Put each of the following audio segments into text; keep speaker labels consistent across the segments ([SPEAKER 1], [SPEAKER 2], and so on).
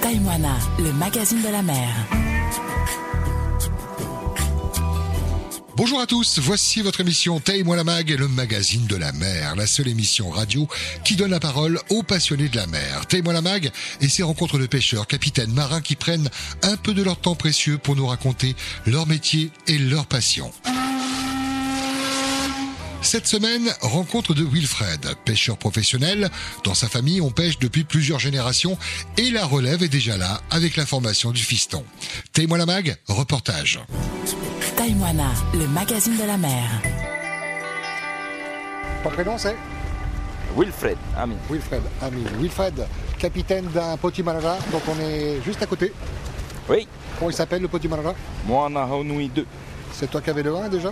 [SPEAKER 1] Taïwana, le magazine de la mer.
[SPEAKER 2] Bonjour à tous, voici votre émission Taille-moi la mag, le magazine de la mer, la seule émission radio qui donne la parole aux passionnés de la mer. Taille-moi la mag et ses rencontres de pêcheurs, capitaines, marins qui prennent un peu de leur temps précieux pour nous raconter leur métier et leur passion. Cette semaine, rencontre de Wilfred, pêcheur professionnel. Dans sa famille, on pêche depuis plusieurs générations et la relève est déjà là avec la formation du fiston. Taille-moi la mag, reportage.
[SPEAKER 1] Taïwana, le magazine de la mer.
[SPEAKER 2] Ton prénom c'est
[SPEAKER 3] Wilfred, Amin.
[SPEAKER 2] Wilfred, ami Wilfred, capitaine d'un petit malaga dont on est juste à côté.
[SPEAKER 3] Oui,
[SPEAKER 2] Comment il s'appelle le petit malaga
[SPEAKER 3] Moana Honui 2.
[SPEAKER 2] C'est toi qui avais le 1 déjà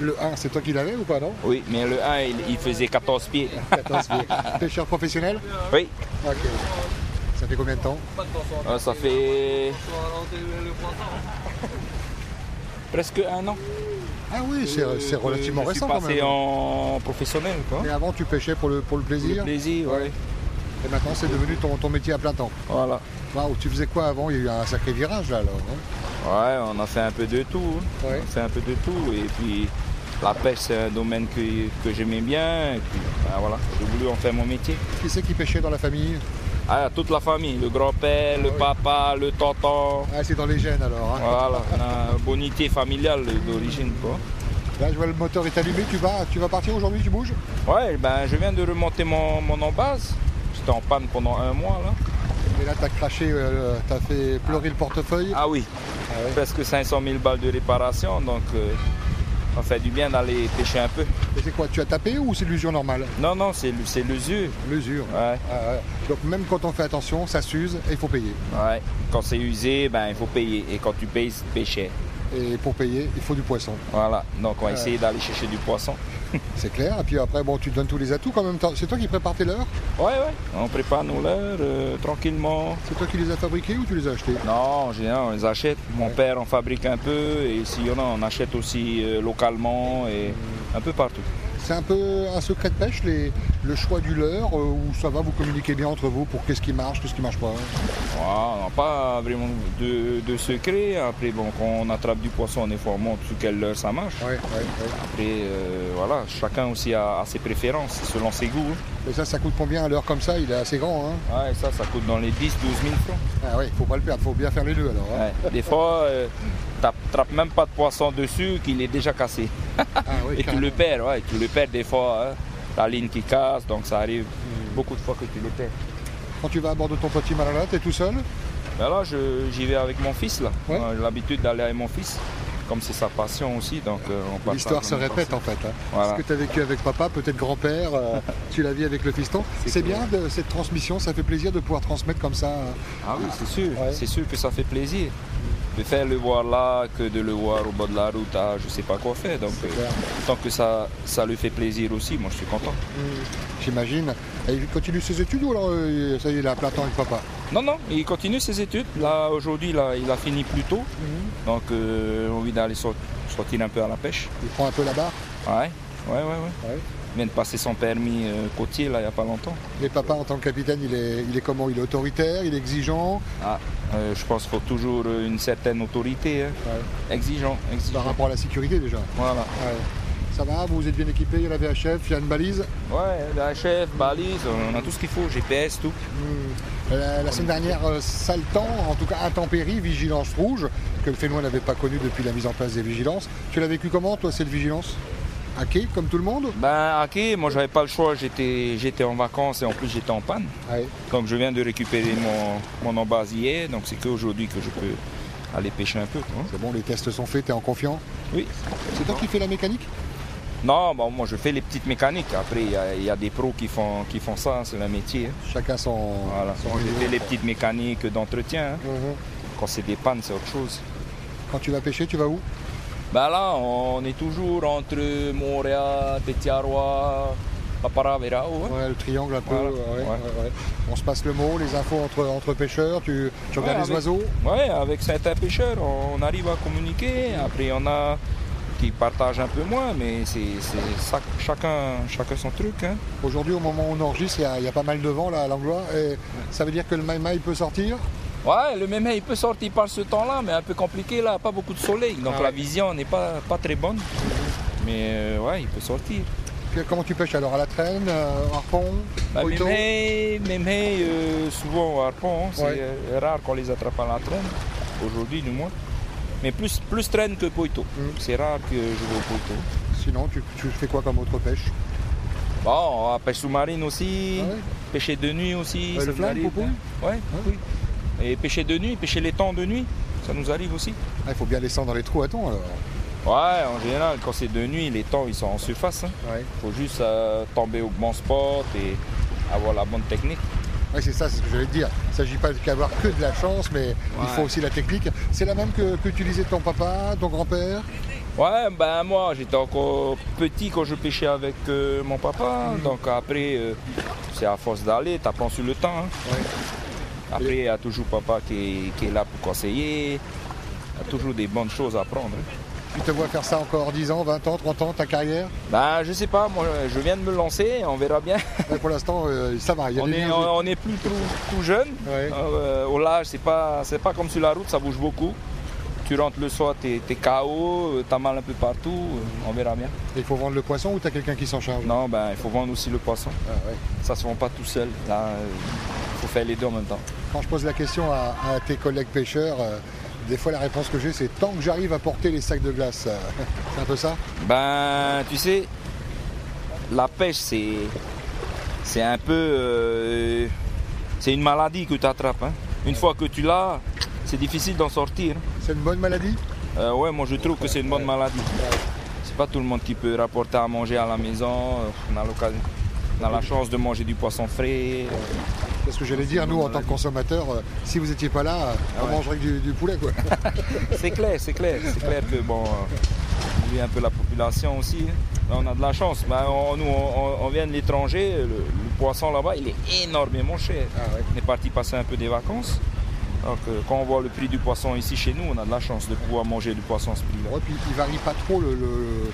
[SPEAKER 2] Le 1, c'est toi qui l'avais ou pas non
[SPEAKER 3] Oui, mais le 1, il, il faisait 14 pieds.
[SPEAKER 2] 14 pieds. Pêcheur professionnel
[SPEAKER 3] Oui,
[SPEAKER 2] Ok. Ça fait combien de temps
[SPEAKER 3] euh, ça fait. Presque un an.
[SPEAKER 2] Ah oui, c'est c'est relativement
[SPEAKER 3] Euh, Je suis
[SPEAKER 2] récent quand
[SPEAKER 3] passé
[SPEAKER 2] même.
[SPEAKER 3] en professionnel, quoi.
[SPEAKER 2] Mais avant tu pêchais pour le, pour le plaisir
[SPEAKER 3] Le plaisir, ouais.
[SPEAKER 2] et maintenant c'est devenu ton, ton métier à plein temps.
[SPEAKER 3] Voilà.
[SPEAKER 2] Waouh, tu faisais quoi avant Il y a eu un sacré virage là alors. hein
[SPEAKER 3] Ouais, on a fait un peu de tout. hein.
[SPEAKER 2] Ouais.
[SPEAKER 3] On a fait un peu de tout. Et puis, la pêche, c'est un domaine que, que j'aimais bien. Et puis, ben voilà, j'ai voulu en faire mon métier.
[SPEAKER 2] Qui c'est qui pêchait dans la famille
[SPEAKER 3] Ah, toute la famille, le grand-père, le
[SPEAKER 2] Ah oui.
[SPEAKER 3] papa, le tonton.
[SPEAKER 2] Ah c'est dans les gènes alors. hein.
[SPEAKER 3] Voilà, on a une bonité familiale d'origine, quoi.
[SPEAKER 2] Là je vois le moteur est allumé, tu vas, tu vas partir aujourd'hui, tu bouges
[SPEAKER 3] Ouais, ben, je viens de remonter mon, mon embase. J'étais en panne pendant un mois, là.
[SPEAKER 2] Mais là, t'as craché, euh, t'as fait pleurer le portefeuille.
[SPEAKER 3] Ah oui, presque 500 000 balles de réparation, donc euh, ça fait du bien d'aller pêcher un peu.
[SPEAKER 2] Et c'est quoi Tu as tapé ou c'est l'usure normale
[SPEAKER 3] Non, non, c'est l- c'est l'usure.
[SPEAKER 2] L'usure.
[SPEAKER 3] Ouais,
[SPEAKER 2] Ah ouais. donc même quand on fait attention, ça s'use et il faut payer.
[SPEAKER 3] ouais. Quand c'est usé, ben, il faut payer. Et quand tu payes, c'est péché.
[SPEAKER 2] Et pour payer, il faut du poisson.
[SPEAKER 3] Voilà, donc on
[SPEAKER 2] Ouais.
[SPEAKER 3] va essayer d'aller chercher du poisson.
[SPEAKER 2] C'est clair. Et puis après, bon, tu te donnes tous les atouts quand même. T'as- C'est toi qui prépares tes leurres
[SPEAKER 3] Ouais, ouais. On prépare nos leurres euh, tranquillement.
[SPEAKER 2] C'est toi qui les as fabriqués ou tu les as achetés
[SPEAKER 3] Non, en général, on les achète. Mon père en fabrique un peu et si on en achète aussi euh, localement et
[SPEAKER 2] Mm.
[SPEAKER 3] un peu partout.
[SPEAKER 2] C'est un peu un secret de pêche, les- le choix du leurre, euh, où ça va, vous communiquez bien entre vous pour qu'est-ce qui marche, qu'est-ce qui marche pas.
[SPEAKER 3] Ouais, on n'a pas vraiment de, de secret. Après, bon, quand on attrape du poisson, des fois, on montre sur quelle heure ça marche.
[SPEAKER 2] Ouais, ouais, ouais.
[SPEAKER 3] Après, euh, voilà, chacun aussi a, a ses préférences selon ses goûts. hein.
[SPEAKER 2] Et ça, ça coûte combien à l'heure comme ça Il est assez grand, hein
[SPEAKER 3] Ouais, ça, ça coûte dans les 10-12 000 francs.
[SPEAKER 2] Ah ouais, faut pas le perdre, faut bien faire les deux alors. hein.
[SPEAKER 3] Ouais. Des fois, euh, t'attrapes même pas de poisson dessus qu'il est déjà cassé.
[SPEAKER 2] Ah ouais,
[SPEAKER 3] Et tu
[SPEAKER 2] carrément.
[SPEAKER 3] le perds, ouais, tu le perds des fois. hein. La ligne qui casse, donc ça arrive
[SPEAKER 2] Mm.
[SPEAKER 3] beaucoup de fois que tu le perds.
[SPEAKER 2] Quand tu vas à bord de ton petit malala, t'es tout seul
[SPEAKER 3] Ben là, je- j'y vais avec mon fils. là.
[SPEAKER 2] Ouais.
[SPEAKER 3] On a l'habitude d'aller avec mon fils. Comme c'est sa passion aussi, donc euh, on passe
[SPEAKER 2] L'histoire
[SPEAKER 3] ça
[SPEAKER 2] se
[SPEAKER 3] comme une
[SPEAKER 2] répète en fait. hein.
[SPEAKER 3] Voilà.
[SPEAKER 2] Ce que tu as vécu avec papa, peut-être grand-père, euh, tu la vis avec le fiston.
[SPEAKER 3] C'est
[SPEAKER 2] C'est
[SPEAKER 3] cool.
[SPEAKER 2] bien de, cette transmission, ça fait plaisir de pouvoir transmettre comme ça. hein.
[SPEAKER 3] Ah oui, c'est sûr,
[SPEAKER 2] Ouais.
[SPEAKER 3] c'est sûr que ça fait plaisir. De faire le voir là, que de le voir au bord de la route, à je sais pas quoi faire. Donc, euh,
[SPEAKER 2] clair.
[SPEAKER 3] tant que ça, ça lui fait plaisir aussi, moi je suis content. Mm.
[SPEAKER 2] J'imagine. Et il continue ses études ou alors euh, ça y est, il a plein temps avec papa
[SPEAKER 3] Non, non, il continue ses études. Là, aujourd'hui, là, il a fini plus tôt. Donc, euh, on a envie d'aller sor- sortir un peu à la pêche.
[SPEAKER 2] Il prend un peu la barre.
[SPEAKER 3] Ouais, ouais, ouais. ouais.
[SPEAKER 2] Ouais.
[SPEAKER 3] Il vient de passer son permis euh, côtier, là, il n'y a pas longtemps.
[SPEAKER 2] Mais papa, en tant que capitaine, il est, il est comment Il est autoritaire, il est exigeant
[SPEAKER 3] Ah, euh, je pense qu'il faut toujours euh, une certaine autorité. hein. Exigeant,
[SPEAKER 2] par
[SPEAKER 3] exigeant.
[SPEAKER 2] rapport à la sécurité déjà.
[SPEAKER 3] Voilà.
[SPEAKER 2] Ouais. Ça va, vous êtes bien équipé, il y a la VHF, il y a une balise.
[SPEAKER 3] Ouais, la chef, balise, on a tout ce qu'il faut, GPS, tout.
[SPEAKER 2] Hmm. La, la semaine dernière, euh, sale temps, en tout cas intempérie, vigilance rouge, que le Fénois n'avait pas connu depuis la mise en place des vigilances. Tu l'as vécu comment, toi, cette vigilance Hacké, comme tout le monde
[SPEAKER 3] Ben, ok, moi j'avais pas le choix, j'étais, j'étais en vacances et en plus j'étais en panne.
[SPEAKER 2] Ouais.
[SPEAKER 3] Donc je viens de récupérer mon, mon embase hier, donc c'est qu'aujourd'hui que je peux aller pêcher un peu. quoi.
[SPEAKER 2] C'est bon, les tests sont faits, t'es en confiant.
[SPEAKER 3] Oui.
[SPEAKER 2] C'est toi qui fais la mécanique
[SPEAKER 3] Non, bon, moi je fais les petites mécaniques. Après, il y a- il y, a des pros qui font, qui font ça, c'est un métier. hein.
[SPEAKER 2] Chacun son.
[SPEAKER 3] Voilà.
[SPEAKER 2] son
[SPEAKER 3] Moi, je
[SPEAKER 2] niveau,
[SPEAKER 3] fais les
[SPEAKER 2] quoi.
[SPEAKER 3] petites mécaniques d'entretien. hein.
[SPEAKER 2] Mhm.
[SPEAKER 3] Quand c'est des pannes, c'est autre chose.
[SPEAKER 2] Quand tu vas pêcher, tu vas où
[SPEAKER 3] Ben là, on est toujours entre Montréal, Tetiaroa, Paparavera. ouais.
[SPEAKER 2] Ouais, le triangle un peu.
[SPEAKER 3] Voilà.
[SPEAKER 2] ouais,
[SPEAKER 3] Ouais.
[SPEAKER 2] ouais, ouais. On se passe le mot, les infos entre, entre pêcheurs, tu, tu
[SPEAKER 3] Ouais,
[SPEAKER 2] regardes les
[SPEAKER 3] avec-
[SPEAKER 2] oiseaux.
[SPEAKER 3] Ouais, avec certains pêcheurs, on arrive à communiquer. Après, on a qui partagent un peu moins, mais c'est c'est ça- chacun, chacun son truc. hein.
[SPEAKER 2] Aujourd'hui, au moment où on enregistre, il y a- il y, a pas mal de vent là à l'Anglois. Et ça veut dire que le Maïma, il peut sortir
[SPEAKER 3] Ouais, le mémé, il peut sortir par ce temps-là, mais un peu compliqué là, pas beaucoup de soleil, donc
[SPEAKER 2] Ah ouais. Mm-hmm.
[SPEAKER 3] la vision n'est pas, pas très bonne. Mais euh, ouais, il peut sortir.
[SPEAKER 2] Que- Comment tu pêches alors À la traîne, euh, harpon,
[SPEAKER 3] Bah,
[SPEAKER 2] poteau
[SPEAKER 3] mémé, mémé, euh, souvent au harpon, hein, c'est
[SPEAKER 2] Ouais.
[SPEAKER 3] euh, rare qu'on les attrape à la traîne, aujourd'hui du moins. Mais plus, plus traîne que poito.
[SPEAKER 2] Mm.
[SPEAKER 3] C'est rare que je vais au poito.
[SPEAKER 2] Sinon, tu, tu fais quoi comme autre pêche
[SPEAKER 3] Bon, la pêche sous-marine aussi,
[SPEAKER 2] Ah ouais
[SPEAKER 3] pêcher de nuit aussi.
[SPEAKER 2] Ouais, le
[SPEAKER 3] nous
[SPEAKER 2] flan,
[SPEAKER 3] arrive,
[SPEAKER 2] poupou
[SPEAKER 3] hein. Ouais, oui. Et pêcher de nuit, pêcher les temps de nuit, ça nous arrive aussi.
[SPEAKER 2] Ah, Il faut bien descendre dans les trous à thon alors.
[SPEAKER 3] Ouais, en général, quand c'est de nuit, les temps ils sont en surface. hein.
[SPEAKER 2] Ouais.
[SPEAKER 3] faut juste euh, tomber au bon spot et avoir la bonne technique.
[SPEAKER 2] Ouais, c'est ça, c'est ce que j'allais te dire. Il ne s'agit pas d'avoir que de la chance, mais il faut aussi la technique. C'est la même que, que utilisait ton papa, ton grand-père
[SPEAKER 3] Ouais, ben moi j'étais encore petit quand je pêchais avec euh, mon papa,
[SPEAKER 2] Mhm.
[SPEAKER 3] donc après euh, c'est à force d'aller, t'apprends sur le temps. hein. Après il y a toujours papa qui est, qui est là pour conseiller, il y a toujours des bonnes choses à prendre. hein.
[SPEAKER 2] Tu te vois faire ça encore 10 ans, 20 ans, 30 ans, ta carrière
[SPEAKER 3] Ben je sais pas, moi je viens de me lancer, on verra bien.
[SPEAKER 2] Ouais, Pour l'instant, euh, ça va. Il y a
[SPEAKER 3] on,
[SPEAKER 2] des
[SPEAKER 3] est,
[SPEAKER 2] liens-
[SPEAKER 3] on, on est plus tout, tout jeune.
[SPEAKER 2] Ouais.
[SPEAKER 3] Euh, au large, c'est pas, c'est pas comme sur la route, ça bouge beaucoup. Tu rentres le soir, t'es es KO, euh, t'as mal un peu partout, euh, on verra bien.
[SPEAKER 2] Il faut vendre le poisson ou tu as quelqu'un qui s'en charge
[SPEAKER 3] Non, ben il faut vendre aussi le poisson.
[SPEAKER 2] Ah, ouais.
[SPEAKER 3] Ça se vend pas tout seul. Là, euh, faut faire les deux en même temps.
[SPEAKER 2] Quand je pose la question à, à tes collègues pêcheurs, euh, des fois la réponse que j'ai c'est tant que j'arrive à porter les sacs de glace. euh, c'est un peu ça
[SPEAKER 3] Ben, tu sais, la pêche, c'est, c'est un peu. euh, c'est une maladie que tu attrapes. hein. Une fois que tu l'as, c'est difficile d'en sortir. hein.
[SPEAKER 2] C'est une bonne maladie
[SPEAKER 3] Euh, ouais, moi je trouve que c'est une bonne maladie. C'est pas tout le monde qui peut rapporter à manger à la maison. Euh, On a l'occasion, on a la chance de manger du poisson frais.
[SPEAKER 2] Parce que j'allais dire, nous en tant que consommateurs, euh, si vous n'étiez pas là, euh, on
[SPEAKER 3] ouais.
[SPEAKER 2] mangerait que du, du poulet quoi.
[SPEAKER 3] C'est clair, c'est clair, c'est clair que bon, euh, il y a un peu la population aussi. hein. Là, on a de la chance. Ben, on, nous, on, on vient de l'étranger. Le, le poisson là-bas, il est énormément cher.
[SPEAKER 2] ouais.
[SPEAKER 3] On est parti passer un peu des vacances. Donc, euh, quand on voit le prix du poisson ici chez nous, on a de la chance de pouvoir manger du poisson à ce prix-là.
[SPEAKER 2] Ouais, puis il varie pas trop le, le-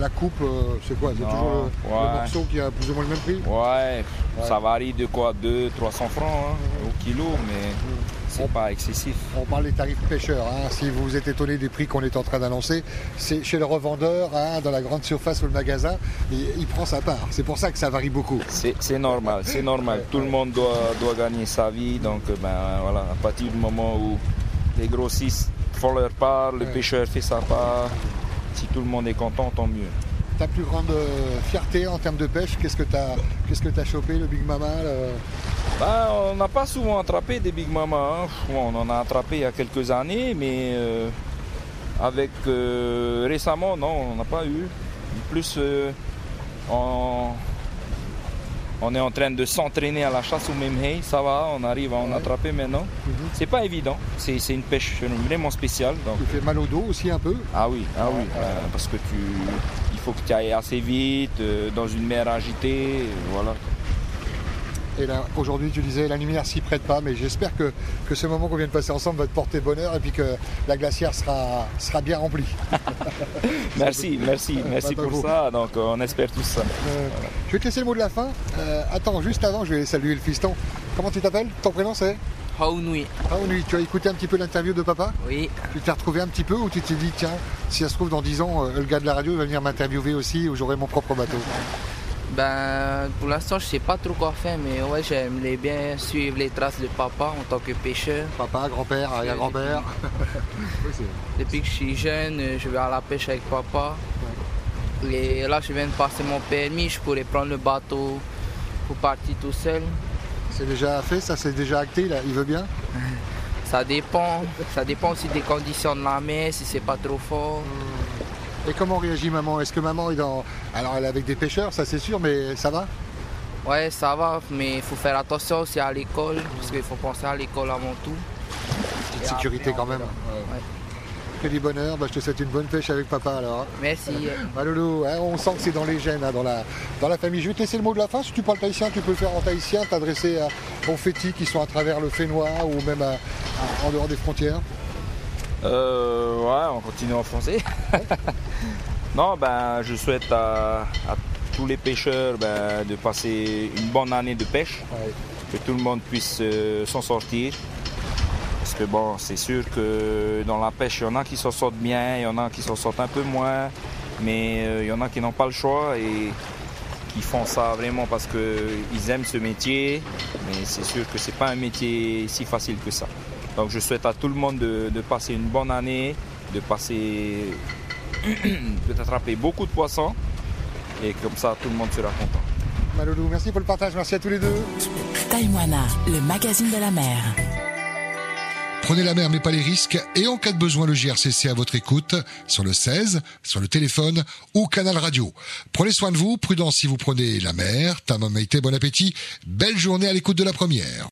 [SPEAKER 2] la coupe, euh, c'est quoi C'est
[SPEAKER 3] Non,
[SPEAKER 2] toujours le, le
[SPEAKER 3] ouais.
[SPEAKER 2] morceau qui a plus ou moins le même prix
[SPEAKER 3] Ouais, ça varie de quoi 2 300 francs hein, au kilo, mais c'est pas excessif.
[SPEAKER 2] On parle des tarifs pêcheurs. hein. Si vous êtes étonné des prix qu'on est en train d'annoncer, c'est chez le revendeur, hein, dans la grande surface ou le magasin, il, il prend sa part. C'est pour ça que ça varie beaucoup.
[SPEAKER 3] C'est c'est normal, c'est normal. Tout le monde doit, doit gagner sa vie, donc euh, ben voilà, à partir du moment où les grossistes font leur part, le
[SPEAKER 2] Ouais.
[SPEAKER 3] pêcheur fait sa part, si tout le monde est content, tant mieux.
[SPEAKER 2] Ta plus grande euh, fierté en termes de pêche, qu'est-ce que tu as, qu'est-ce que t'as chopé, le Big Mama le-
[SPEAKER 3] Ben, on n'a pas souvent attrapé des Big Mama. hein. Pff, On en a attrapé il y a quelques années, mais euh, avec euh, récemment, non, on n'a pas eu. Plus, euh, on, on est en train de s'entraîner à la chasse au même hey. Ça va, on arrive à en attraper maintenant.
[SPEAKER 2] Mhm.
[SPEAKER 3] C'est pas évident. C'est c'est une pêche vraiment spéciale. donc.
[SPEAKER 2] Il fait mal au dos aussi un peu.
[SPEAKER 3] Ah oui, ah oui, euh, parce que tu, il faut que tu ailles assez vite euh, dans une mer agitée, euh, voilà.
[SPEAKER 2] Et là, aujourd'hui, tu disais, la lumière s'y prête pas, mais j'espère que, que ce moment qu'on vient de passer ensemble va te porter bonheur et puis que la glacière sera, sera bien remplie.
[SPEAKER 3] Merci, merci, merci
[SPEAKER 2] pas
[SPEAKER 3] pour
[SPEAKER 2] vous.
[SPEAKER 3] ça. Donc euh, on espère tous ça.
[SPEAKER 2] Euh, je vais te laisser le mot de la fin. Euh, attends, juste avant, je vais saluer le fiston. Comment tu t'appelles Ton prénom c'est
[SPEAKER 4] Haounoui,
[SPEAKER 2] Raoul. Ah, Tu as écouté un petit peu l'interview de papa
[SPEAKER 4] oui.
[SPEAKER 2] Tu t'es retrouvé un petit peu ou tu t'es dit, tiens, si ça se trouve dans 10 ans, euh, le gars de la radio va venir m'interviewer aussi ou j'aurai mon propre bateau
[SPEAKER 4] Ben, pour l'instant, je sais pas trop quoi faire, mais ouais, j'aimerais bien suivre les traces de papa en tant que pêcheur.
[SPEAKER 2] Papa, grand-père, arrière-grand-père. Oui, c'est-
[SPEAKER 4] Depuis que je suis jeune, euh, je vais à la pêche avec papa. Et là, je viens de passer mon permis, je pourrais prendre le bateau pour partir tout seul.
[SPEAKER 2] C'est déjà fait, ça c'est déjà acté, là, il veut bien.
[SPEAKER 4] Ça dépend. Ça dépend aussi des conditions de la mer, si c'est pas trop fort.
[SPEAKER 2] Mm. Et comment réagit maman Est-ce que maman est dans. Alors elle est avec des pêcheurs, ça c'est sûr, mais ça va
[SPEAKER 4] Ouais, ça va, mais il faut faire attention aussi à l'école, parce qu'il faut penser à l'école avant tout.
[SPEAKER 2] Petite
[SPEAKER 4] Et
[SPEAKER 2] sécurité
[SPEAKER 4] après,
[SPEAKER 2] quand
[SPEAKER 4] on
[SPEAKER 2] même.
[SPEAKER 4] verra. Ouais.
[SPEAKER 2] Que du bonheur, bah, je te souhaite une bonne pêche avec papa alors. hein.
[SPEAKER 4] Merci.
[SPEAKER 2] Ah, Loulou, hein, on sent que c'est dans les gènes, hein, dans, la, dans la famille. Je vais te laisser le mot de la fin. Si tu parles tahitien, tu peux le faire en tahitien, t'adresser à- aux fétis qui sont à travers le Fénois ou même à- à- en dehors des frontières.
[SPEAKER 3] Euh, ouais, on continue en français. non, ben, je souhaite à, à tous les pêcheurs ben, de passer une bonne année de pêche,
[SPEAKER 2] Ouais.
[SPEAKER 3] que tout le monde puisse euh, s'en sortir. Parce que bon, c'est sûr que dans la pêche, il y en a qui s'en sortent bien, il y en a qui s'en sortent un peu moins, mais euh, il y en a qui n'ont pas le choix et qui font ça vraiment parce qu'ils aiment ce métier. Mais c'est sûr que c'est pas un métier si facile que ça. Donc je souhaite à tout le monde de, de passer une bonne année, de passer, de attraper beaucoup de poissons et comme ça tout le monde sera content.
[SPEAKER 2] Maloulou, Bah, merci pour le partage, merci à tous les deux.
[SPEAKER 1] Taïwana, le magazine de la mer.
[SPEAKER 5] Prenez la mer mais pas les risques et en cas de besoin le GRCC à votre écoute sur le 16, sur le téléphone ou canal radio. Prenez soin de vous, prudence si vous prenez la mer, tamamaité, bon appétit, belle journée à l'écoute de la première.